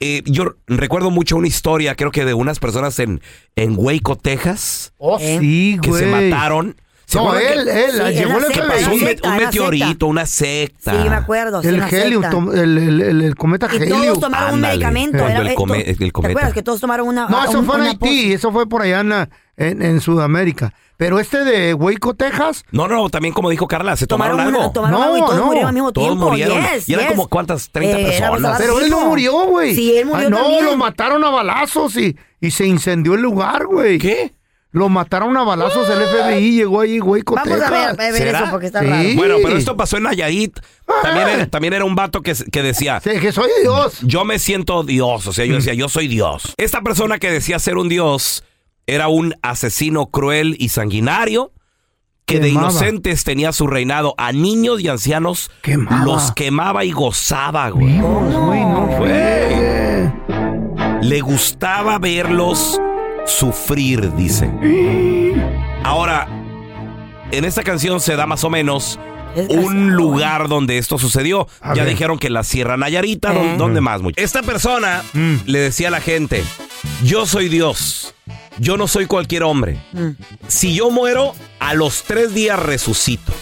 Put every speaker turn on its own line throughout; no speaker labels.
Eh, yo recuerdo mucho una historia, creo que de unas personas en, en Waco, Texas,
Oh,
Eh.
sí,
que
güey.
se mataron. ¿Se
No,
acuerdan
él,
que
él,
Sí,
llegó
él
el
acepta,
pasó
FBI.
un,
él
met-
secta,
un
era
meteorito,
secta.
una secta.
Sí, me acuerdo. sí,
El
una
Helium,
secta.
tom- el, el, el- el cometa
Y
Helium.
todos tomaron un
Ándale,
medicamento.
cuando
era-
el
eh,
come-
to-
el cometa.
¿Te acuerdas que todos tomaron una.
No, eso
un-
fue en
una
Haití, eso fue por allá en, la- en, en Sudamérica. Pero este de Hueco, Texas,
No, no, también como dijo Carla, se tomaron,
Tomaron una,
algo.
tomaron
No,
algo y todos
no.
murieron al mismo
Todos
tiempo.
murieron.
Yes,
Y eran
yes. Eh,
como, ¿cuántas? 30
era
personas.
Barcelona.
pero él no murió, güey.
Ah, Sí, él murió
Ah, no,
también.
lo mataron a balazos y, y se incendió el lugar, güey.
¿Qué?
Lo mataron a balazos, el FBI llegó ahí, Hueco,
Vamos
Texas.
a ver, a ver
¿Será?
eso porque está
Sí.
raro.
Bueno, pero esto pasó en Nayarit. También era, también era un vato que, que decía,
Sí, que soy Dios.
yo me siento Dios. O sea,
Mm.
yo decía, yo soy Dios. Esta persona que decía ser un Dios era un asesino cruel y sanguinario que de
Quemaba.
inocentes tenía su reinado. A niños y ancianos
Quemaba.
los quemaba y gozaba, güey.
Güey, no fue.
Le gustaba verlos sufrir, dice. Ahora, en esta canción se da más o menos
Es-
un
es-
lugar donde esto sucedió.
A
ya
ver.
dijeron que en la Sierra Nayarita,
Eh.
¿dó- ¿dónde más? much- Esta persona
Mm.
le decía a la gente, yo soy Dios, yo no soy cualquier hombre.
Mm.
Si yo muero, a los tres días resucito.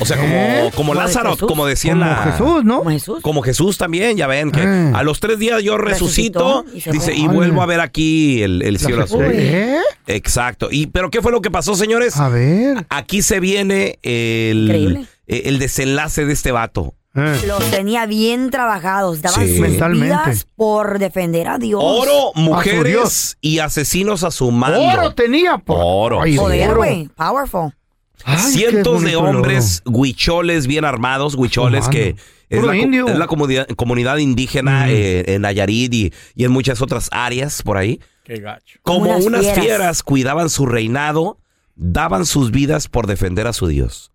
O sea,
¿Eh?
como, como
Como de
Lázaro,
Jesús.
como decía en
Como
la-
Jesús, ¿no?
Como Jesús.
como Jesús también, ya ven que
Eh.
a los tres días yo resucito,
Resucitó y se
dice,
fue.
y vuelvo a ver aquí el, el cielo azul.
¿Eh?
Exacto. ¿Y pero qué fue lo que pasó, señores?
A ver.
Aquí se viene
Increíble.
el, eh, el desenlace de este vato.
Eh.
Los tenía bien trabajados, daban
Sí.
sus
Mentalmente.
vidas por defender a Dios.
Oro, mujeres
Dios.
y asesinos a su mando.
Oro tenía, po-
Oro,
Ay,
sí.
Poder,
oro.
güey. Powerful.
Ay, qué
Cientos de
bonito el oro.
hombres huicholes bien armados, huicholes
Humano.
que es
Puro
la, co-
indio.
es la comodidad- comunidad indígena
Mm.
eh, en Nayarit y, y en muchas otras áreas por ahí. Como,
Como unas
unas fieras.
fieras.
cuidaban su reinado, daban sus vidas por defender a su Dios.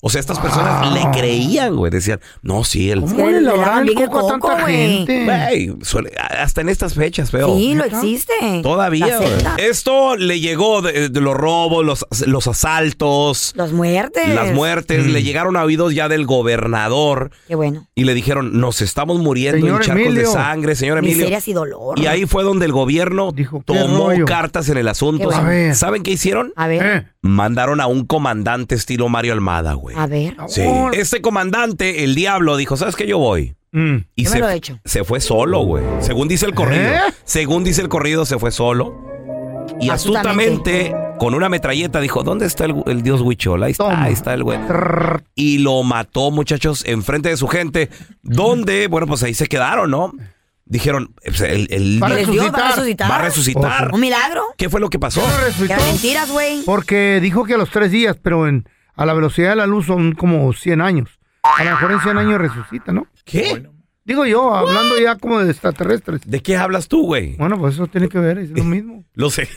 O sea, estas personas le creían, güey. Decían, no, sí, el...
¿Cómo le
le
lavarán
lavan
el
bien el
coco a tanta
coco, güey.
gente?
Güey, suele- hasta en estas fechas, veo.
Sí, lo existe.
Todavía,
La
güey.
secta.
Esto le llegó de, de los robos, los, los asaltos,
Las muertes.
las muertes.
Mm.
Le llegaron a oídos ya del gobernador
Qué bueno.
y le dijeron, nos estamos muriendo
Señor
en charcos
Emilio.
de sangre, señor Emilio.
Miserias y dolor.
Y ahí fue donde el gobierno
Dijo, "¿Qué
tomó
rollo?"
cartas en el asunto.
Qué bueno.
A ver.
¿Saben qué hicieron?
A ver,
Eh.
Mandaron a un comandante estilo Mario Almada, güey.
a ver.
Sí. Este comandante, el diablo, dijo, ¿sabes qué? Yo voy.
Mm.
Y
Yo me
se,
lo he hecho.
se fue solo, güey. Según dice el corrido.
¿Eh?
Según dice el corrido, se fue solo. Y astutamente,
Astutamente.
con una metralleta, dijo, ¿dónde está el, el dios Huichol? Ahí está,
Toma.
ahí está el güey.
Trrr.
Y lo mató, muchachos, enfrente de su gente. Donde, bueno, pues ahí se quedaron, ¿no? Dijeron, pues, el, el
Para
¿Y les dio? ¿Va a
resucitar.
resucitar?
va a resucitar.
¿Un milagro?
¿Qué Oh, fue lo que pasó?
Pero resucitó
Eran mentiras, güey.
Porque dijo que a los tres días, pero en, a la velocidad de la luz son como 100 años. A lo mejor en 100 años resucita, ¿no?
¿Qué?
Digo yo, hablando ya como de extraterrestres.
¿De qué hablas tú, güey?
Bueno, pues eso tiene que ver, es lo mismo.
Lo sé.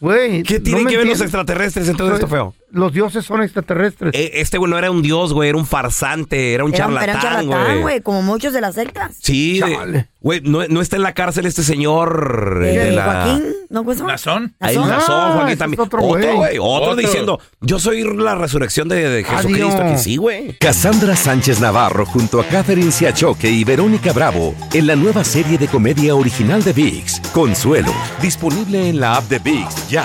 Güey,
¿Qué
no
tienen
me
que ver los
entiendes.
extraterrestres en todo esto, feo?
Los dioses son extraterrestres.
Eh, Este güey no era un dios, güey, era un farsante, era un
Era un- era un
charlatán,
charlatán,
güey.
güey, como muchos de las sectas.
Sí, de-
Chale.
güey, no, no está en la cárcel este señor eh, de
Eh,
la...
Joaquín, ¿no? ¿Cómo se llama?
Nazón.
Ahí
Nazón.
en Nazón,
Ah, ese
Joaquín
es
también.
otro
Otro, güey.
güey.
Otro,
Otro.
diciendo, yo soy la resurrección de, de
Ah,
Jesucristo.
Adiós.
Que sí, güey.
Cassandra Sánchez Navarro junto a Catherine Siachoque y Verónica Bravo en la nueva serie de comedia original de VIX, Consuelo, disponible en la app de VIX ya.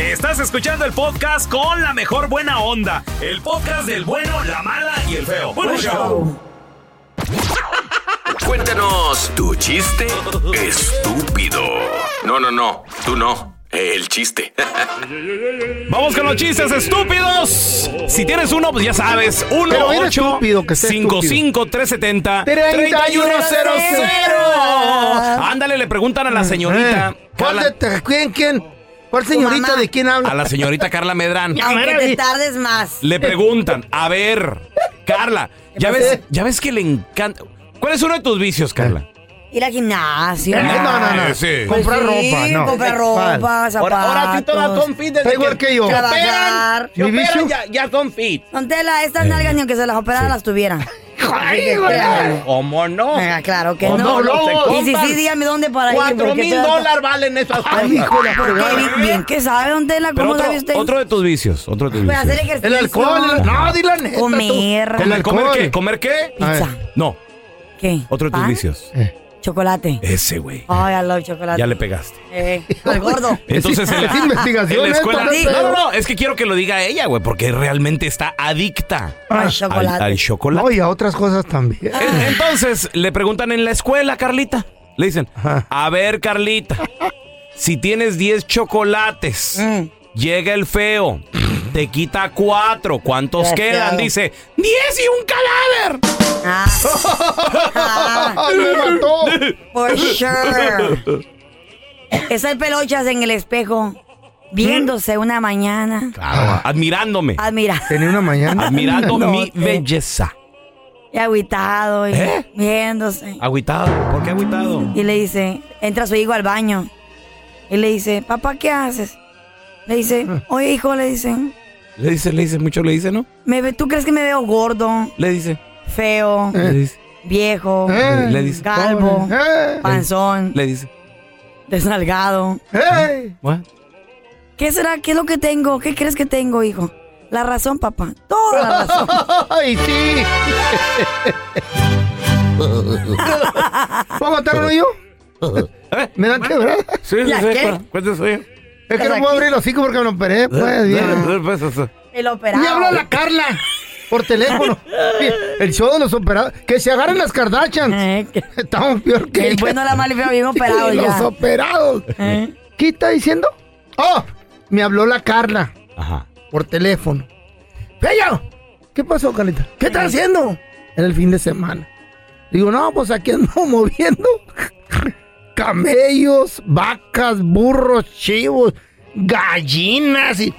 Estás escuchando el podcast con la mejor buena onda. El podcast del bueno, la mala y el feo. Bueno,
Cuéntanos tu chiste estúpido. No, no, no, tú no.
El chiste.
Vamos con los chistes estúpidos. Si tienes uno, pues ya sabes. 1
Pero bien
8
estúpido que esté
55 370
3100.
Ándale, le preguntan a la señorita.
Mm, Eh, ¿Cuál
Carla-
de- te- ¿Quién? ¿Quién? ¿Cuál señorita?
mamá.
¿De quién habla?
a la señorita Carla Medrán.
Aunque te tardes más.
Le preguntan, a ver, Carla, ya ves, ya ves que le encanta. ¿Cuál es uno de tus vicios, Carla?
Ir al gimnasio.
Eh, No, no, no.
Ese.
Pues
Comprar
sí,
ropa, no.
Comprar
¿Cuál?
ropa, zapatos.
Está igual que yo.
Trabajar.
Mi vicio.
ya son fit.
Montela, estas nalgas ni aunque se las operaran las tuviera. Así que, claro.
¿Cómo no?
Ah, claro que
Como
no.
lobo.
y si sí, dígame dónde para ir.
Cuatro
porque
mil
te-
dólares valen esas
Ay, hijo de la
¿Por qué?
fregada.
Bien- Bien que sabe, Montela,
Pero
¿cómo
otro,
sabe usted?
otro de tus vicios, otro de tus
Pues
vicios.
hacer ejercicio.
El alcohol. el- No, di la neta. tú.
Comer.
El
¿Comer, comer
alcohol.
qué? ¿Comer qué?
Pizza.
No,
¿Qué?
otro de tus
¿Pan? Ah,
vicios.
Chocolate.
Ese, güey.
Ay, I love chocolate.
Ya le pegaste.
Eh, al gordo.
Entonces, en la,
Es investigación
en la
esto,
escuela.
¿no?
No, no, no, es que quiero que lo diga ella, güey, porque realmente está adicta
Al
Ah, al,
chocolate.
al chocolate.
No, y a otras cosas también.
En- Entonces le preguntan en la escuela, Carlita. Le dicen,
Ajá.
a ver, Carlita, si tienes 10 chocolates,
Mm.
llega el feo, te quita 4, ¿cuántos
Desgraciado.
quedan? Dice, 10 y un cadáver.
Ah. Ah,
¡Ah, me mató!
for sure. Esas pelochas en el espejo, viéndose una mañana.
Admirándome,
Admira.
Tenía una mañana.
admirando
No, eh.
mi
sí.
belleza.
Y agüitado, y
¿Eh?
viéndose.
Agüitado, ¿por qué agüitado?
Y le dice, entra su hijo al baño. Y le dice, papá, ¿qué haces? Le dice, oye hijo, le dicen,
Le dice, le dice, mucho le dice, ¿no?
¿me ve, ¿tú crees que me veo gordo,
Le dice,
feo,
le dice,
viejo,
Eh,
Eh. le dice,
calvo,
Eh,
panzón,
le dice,
desnalgado?
eh.
"What?"
¿Qué será? ¿Qué es lo que tengo? ¿Qué crees que tengo, hijo? La razón, papá. Toda la razón.
¡Ay, sí! ¿Puedo matar uno yo? ¿Me dan quebrada?
Sí,
¿La
sí,
qué?
cu- cuéntese, oye.
Es que no puedo abrir el hocico porque me lo operé. Pues, bien.
Pues, o sea,
El
Me
operado.
habla la Carla por teléfono. El show de los operados. Que se agarren las Kardashian.
Eh, que-
Estamos peor que
el bueno, la mala y feo, bien operado
Y
ya.
Los operados.
Eh,
¿Qué está diciendo? ¡Oh! Me habló la Carla
Ajá.
por teléfono. ¡Fello! ¿Qué pasó, Carlita? ¿Qué estás haciendo? Era el fin de semana. Digo, no, pues aquí andamos moviendo camellos, vacas, burros, chivos, gallinas y...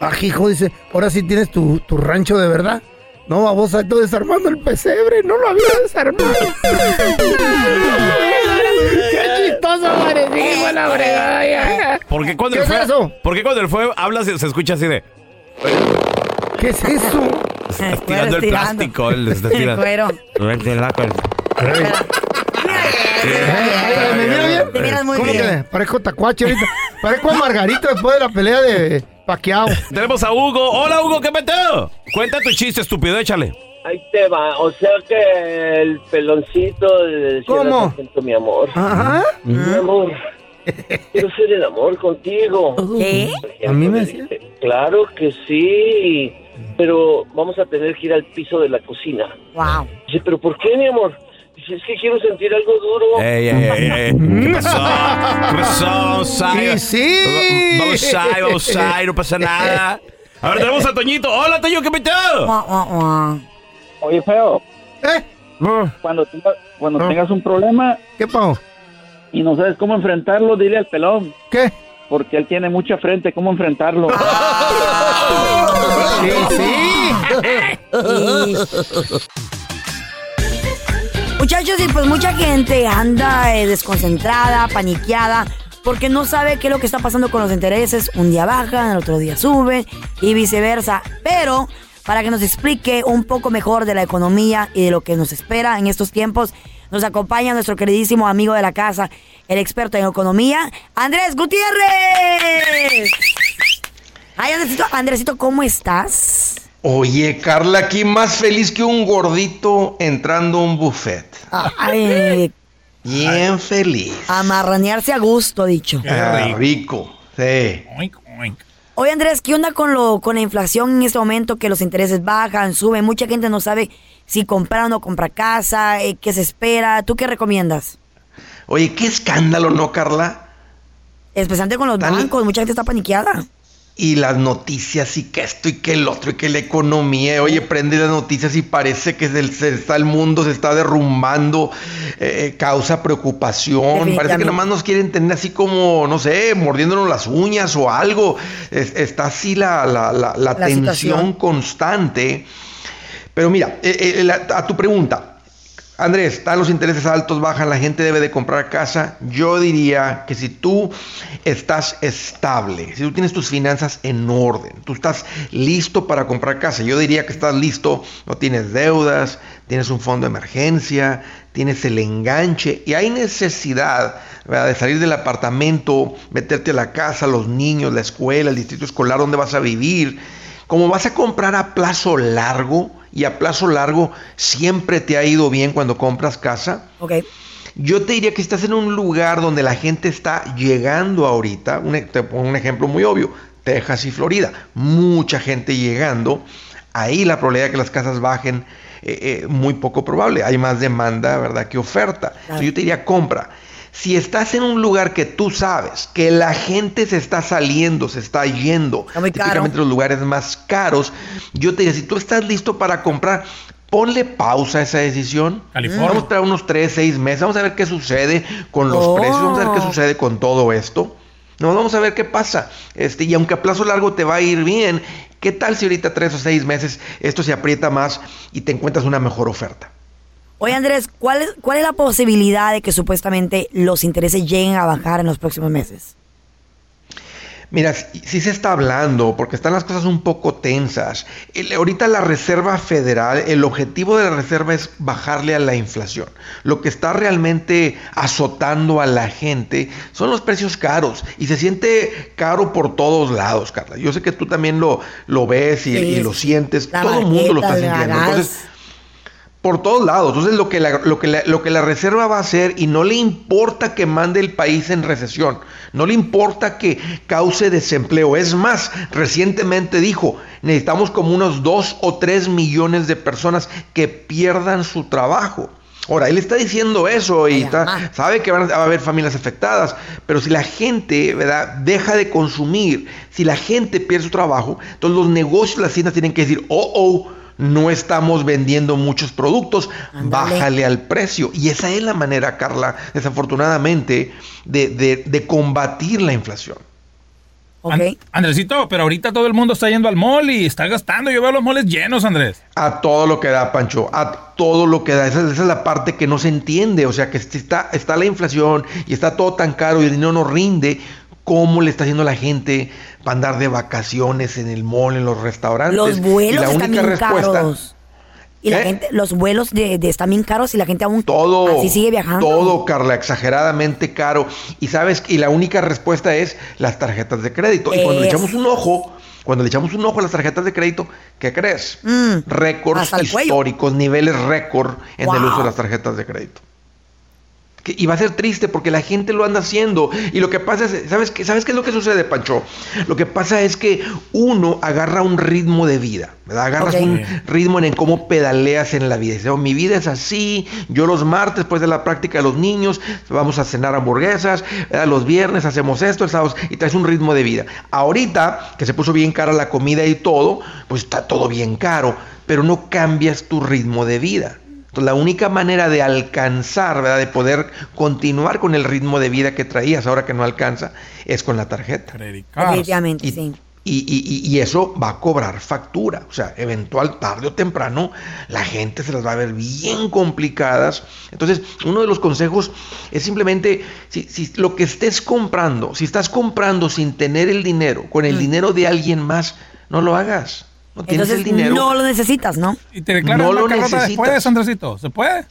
Ah, hijo, dice, ahora sí tienes tu, tu rancho de verdad. No, babosa, estoy desarmando el pesebre, no lo había desarmado. ¡Qué chistoso parecía, la verdad! ya.
¿Por qué cuando
¿Qué
el
es
fue-
eso?
¿Por qué cuando el fue habla se, se escucha así de
¿Qué es eso?
el cuero
tirando el
estirando.
plástico? Él está
El
tirando.
cuero.
Ah, ¿Me miro bien?
Te miras muy
¿Cómo
bien.
que parezco tacuache ahorita? Parezco a Margarito después de la pelea de Paquiao.
Tenemos a Hugo. Hola Hugo, ¿qué meteo? Cuenta tu chiste, estúpido, échale.
Ahí te va, o sea que el peloncito del
¿Cómo?
siento mi amor.
Ajá.
Mi amor, quiero ser el amor contigo.
¿Qué?
A mí me decía.
Claro que sí, pero vamos a tener que ir al piso de la cocina.
Wow.
Dice, pero ¿por qué, mi amor? Dice, es que quiero sentir algo duro.
Eh.
Ey, ey, ey, ey. ¿Qué pasó? ¿Qué pasó?
Sí,
Sai?
sí.
Vamos sai, vamos sai, no pasa nada. A ver, tenemos a Toñito. Hola Toño, ¿qué meteo?
Guau, guau, guau.
Oye, feo,
¿Eh?
cuando, tenga- cuando
Ah.
tengas un problema
¿Qué pao?
y no sabes cómo enfrentarlo, dile al pelón,
¿Qué?
porque él tiene mucha frente, ¿cómo enfrentarlo?
Sí, sí.
Muchachos, y pues mucha gente anda eh, desconcentrada, paniqueada, porque no sabe qué es lo que está pasando con los intereses. Un día bajan, el otro día suben y viceversa. Pero para que nos explique un poco mejor de la economía y de lo que nos espera en estos tiempos, nos acompaña nuestro queridísimo amigo de la casa, el experto en economía, Andrés Gutiérrez. Ay, Andresito, Andresito, ¿cómo estás?
Oye, Carla, aquí más feliz que un gordito entrando a un buffet.
Ay,
Bien feliz.
amarranearse a gusto, dicho.
Ah, rico. Sí.
Oye Andrés, ¿qué onda con lo con la inflación en este momento que los intereses bajan, suben? Mucha gente no sabe si comprar o no comprar casa, eh, qué se espera. ¿Tú qué recomiendas?
Oye, qué escándalo, ¿no, Carla?
Especialmente con los bancos, mucha gente está paniqueada.
Y las noticias y que esto y que el otro y que la economía. Oye, prende las noticias y parece que se, se está el mundo, se está derrumbando, eh, causa preocupación. Parece que
Definitivamente.
nada más nos quieren tener así como, no sé, mordiéndonos las uñas o algo. Es- está así la, la- la- la
La
tensión
situación.
constante. Pero mira, eh, eh, la- a tu pregunta, Andrés, están los intereses altos, bajan, la gente debe de comprar casa. Yo diría que si tú estás estable, si tú tienes tus finanzas en orden, tú estás listo para comprar casa, yo diría que estás listo, no tienes deudas, tienes un fondo de emergencia, tienes el enganche y hay necesidad ¿verdad? de salir del apartamento, meterte a la casa, los niños, la escuela, el distrito escolar donde vas a vivir. Como vas a comprar a plazo largo, y a plazo largo siempre te ha ido bien cuando compras casa, yo te diría que estás en un lugar donde la gente está llegando ahorita, un, e- te pongo un ejemplo muy obvio, Texas y Florida, mucha gente llegando, ahí la probabilidad de que las casas bajen eh, eh, muy poco probable, hay más demanda, ¿verdad?, que oferta. Entonces, yo te diría compra. Si estás en un lugar que tú sabes que la gente se está saliendo, se está yendo, típicamente los lugares más caros, yo te diría, si tú estás listo para comprar, ponle pausa a esa decisión.
California.
Vamos a esperar unos 3, 6 meses, vamos a ver qué sucede con los
Oh.
precios, vamos a ver qué sucede con todo esto. Nos vamos a ver qué pasa. Este, y aunque a plazo largo te va a ir bien, ¿qué tal si ahorita 3 o 6 meses esto se aprieta más y te encuentras una mejor oferta?
Oye, Andrés, ¿cuál es, ¿cuál es la posibilidad de que supuestamente los intereses lleguen a bajar en los próximos meses?
Mira, sí sí se está hablando porque están las cosas un poco tensas. El- ahorita la Reserva Federal, el objetivo de la Reserva es bajarle a la inflación. Lo que está realmente azotando a la gente son los precios caros y se siente caro por todos lados, Carla. Yo sé que tú también lo, lo ves y,
Sí,
y lo
sí.
sientes,
La
todo el mundo lo
banqueta,
está
la
sintiendo.
gas.
Entonces, por todos lados. Entonces, lo que, la, lo, que la- lo que la Reserva va a hacer, y no le importa que mande el país en recesión, no le importa que cause desempleo. Es más, recientemente dijo, necesitamos como unos 2 o 3 millones de personas que pierdan su trabajo. Ahora, él está diciendo eso y está- sabe que van a haber familias afectadas, pero si la gente ¿verdad? deja de consumir, si la gente pierde su trabajo, entonces los negocios, las tiendas tienen que decir, oh, oh, no estamos vendiendo muchos productos, bájale al precio. Y esa es la manera, Carla, desafortunadamente, de, de- de combatir la inflación.
And- Andresito, pero ahorita todo el mundo está yendo al mall y está gastando. Yo veo los moles llenos, Andrés.
A todo lo que da, Pancho, a todo lo que da. Esa, esa es la parte que no se entiende. O sea, que si está, está la inflación y está todo tan caro y el dinero no rinde. ¿Cómo le está haciendo la gente para andar de vacaciones en el mall, en los restaurantes?
Los
Y
vuelos
la
están
única
bien
respuesta-
caros. Y la
¿Eh?
gente, los vuelos de, de- están bien caros y la gente aún
Todo.
así sigue viajando.
Todo, Carla, exageradamente caro. Y sabes, y la única respuesta es las tarjetas de crédito. Y cuando le
Es.
echamos un ojo, cuando le echamos un ojo a las tarjetas de crédito, ¿qué crees? récords
Mm, hasta el cuello.
históricos, niveles récord en el
Wow.
uso de las tarjetas de crédito. Que- Y va a ser triste porque la gente lo anda haciendo. Y lo que pasa es, ¿sabes qué, ¿sabes qué es lo que sucede, Pancho? Lo que pasa es que uno agarra un ritmo de vida, ¿verdad? Agarras
Ok.
un ritmo en el cómo pedaleas en la vida. Dices, "Oh, mi vida es así, yo los martes, después de la práctica de los niños, vamos a cenar hamburguesas, ¿verdad? los viernes hacemos esto, el sábado, y traes un ritmo de vida. Ahorita, que se puso bien cara la comida y todo, pues está todo bien caro, pero no cambias tu ritmo de vida. Entonces, la única manera de alcanzar, ¿verdad? de poder continuar con el ritmo de vida que traías ahora que no alcanza, es con la tarjeta.
Definitivamente, sí.
Y, y- y- y eso va a cobrar factura. O sea, eventual, tarde o temprano, la gente se las va a ver bien complicadas. Entonces, uno de los consejos es simplemente, si, si lo que estés comprando, si estás comprando sin tener el dinero, con el
Mm.
dinero de alguien más, no lo hagas. No tienes
Entonces
el dinero.
no lo necesitas, ¿no?
Y te declaras
No
en
lo
bancarrota
necesitas.
después, Andresito. ¿Se puede?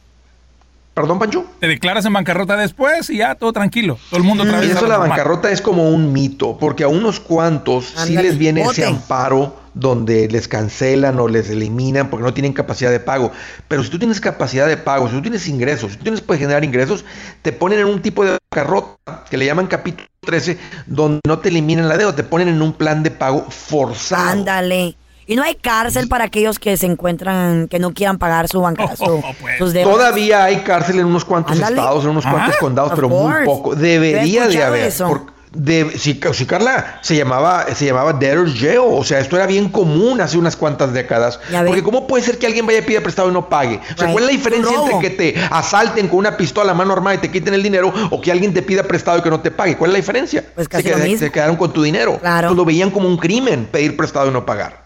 Perdón, Pancho.
Te declaras en bancarrota después y ya todo tranquilo. Todo el mundo otra
Y
vez
Mm, eso
a
la
normal.
bancarrota es como un mito, porque a unos cuantos sí
Ándale,
les viene
bote.
ese amparo donde les cancelan o les eliminan porque no tienen capacidad de pago. Pero si tú tienes capacidad de pago, si tú tienes ingresos, si tú tienes puedes generar ingresos, te ponen en un tipo de bancarrota que le llaman capítulo 13, donde no te eliminan la deuda, te ponen en un plan de pago forzado.
Ándale. Y no hay cárcel para aquellos que se encuentran, que no quieran pagar su
Oh,
banca, su-
pues.
sus deudas.
Todavía hay cárcel en unos cuantos
Ándale.
estados, en unos
Ajá,
cuantos condados,
of
pero muy
course.
poco.
Yo he
Debería de
escuchado
haber.
eso.
por- de si, si Carla se llamaba se llamaba debtor's jail, o sea, esto era bien común hace unas cuantas décadas. Porque cómo puede ser que alguien vaya a pedir prestado y no pague? O sea,
Right.
¿cuál es la diferencia
Un robo.
entre que te asalten con una pistola a mano armada y te quiten el dinero o que alguien te pida prestado y que no te pague? ¿Cuál es la diferencia? Pues
casi
se,
lo
queda-
mismo.
se quedaron con tu dinero. Pues lo veían como un crimen pedir prestado y no pagar.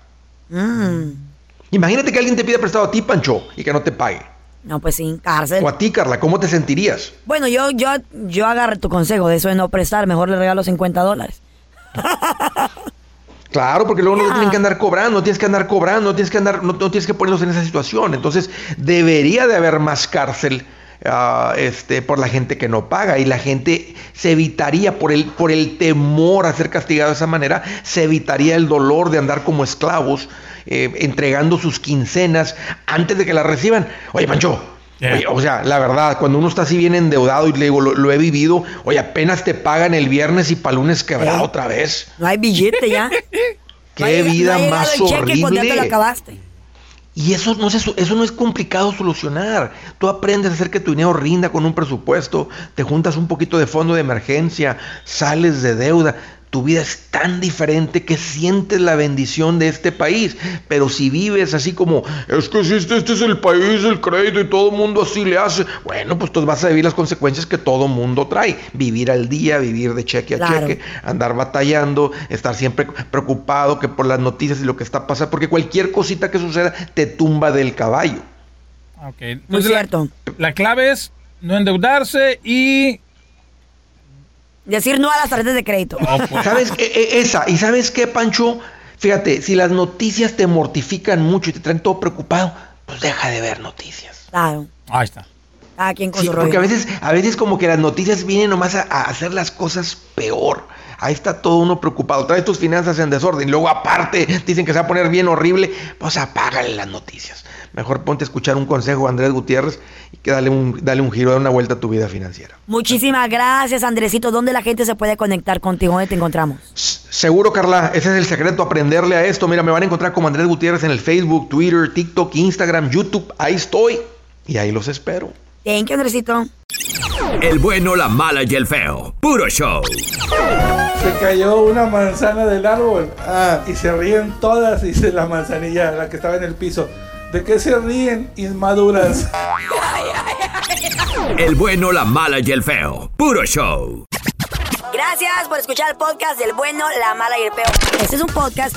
Mm.
Imagínate que alguien te pida prestado a ti, Pancho, y que no te pague.
No, pues sin cárcel.
O a ti, Carla, ¿cómo te sentirías?
Bueno, yo, yo, yo agarré tu consejo de eso de no prestar, mejor le regalo 50 dólares.
Claro, porque luego no tienen que andar cobrando, no tienes que andar cobrando, no tienes que andar, no, no tienes que ponerlos en esa situación. Entonces, debería de haber más cárcel ah, este, por la gente que no paga. Y la gente se evitaría por el, por el temor a ser castigado de esa manera, se evitaría el dolor de andar como esclavos, eh, entregando sus quincenas antes de que las reciban. Oye, Pancho, Oye, o sea, la verdad, cuando uno está así bien endeudado y le digo, lo, lo he vivido, oye, apenas te pagan el viernes y para lunes quebrado otra vez.
No hay billete ya. No
Qué
hay-
vida
no ha llegado
más
el cheque cuando ya te lo
horrible.
acabaste.
Y eso no, es, eso no es complicado solucionar. Tú aprendes a hacer que tu dinero rinda con un presupuesto, te juntas un poquito de fondo de emergencia, sales de deuda. Tu vida es tan diferente que sientes la bendición de este país. Pero si vives así como, es que si este, este es el país del crédito y todo el mundo así le hace, bueno, pues tú vas a vivir las consecuencias que todo mundo trae. Vivir al día, vivir de cheque a
Claro.
cheque, andar batallando, estar siempre preocupado que por las noticias y lo que está pasando, porque cualquier cosita que suceda te tumba del caballo.
Ok, entonces la-
cierto.
La, clave es no endeudarse y...
Decir no a las tarjetas de crédito.
¿Sabes qué? E- e- Esa, y sabes qué, Pancho, fíjate, si las noticias te mortifican mucho y te traen todo preocupado, pues deja de ver noticias.
Claro.
Ahí está.
Cada quien con
Sí,
su rollo.
porque a veces, a veces como que las noticias vienen nomás a, a hacer las cosas peor. Ahí está todo uno preocupado. Traes tus finanzas en desorden. Luego aparte dicen que se va a poner bien horrible. Pues apágale las noticias. Mejor ponte a escuchar un consejo de Andrés Gutiérrez y que dale un, dale un giro, dale una vuelta a tu vida financiera.
Muchísimas gracias, Andresito. ¿Dónde la gente se puede conectar contigo? ¿Dónde te encontramos?
Seguro, Carla, ese es el secreto, aprenderle a esto. Mira, me van a encontrar como Andrés Gutiérrez en el Facebook, Twitter, TikTok, Instagram, YouTube. Ahí estoy y ahí los espero.
Thank you, Andresito.
El bueno, la mala y el feo. Puro show.
Se cayó una manzana del árbol. Ah, y se ríen todas, dice la manzanilla, la que estaba en el piso. ¿De qué se ríen, inmaduras?
El bueno, la mala y el feo. Puro show.
Gracias por escuchar el podcast del bueno, la mala y el peor. Este es un podcast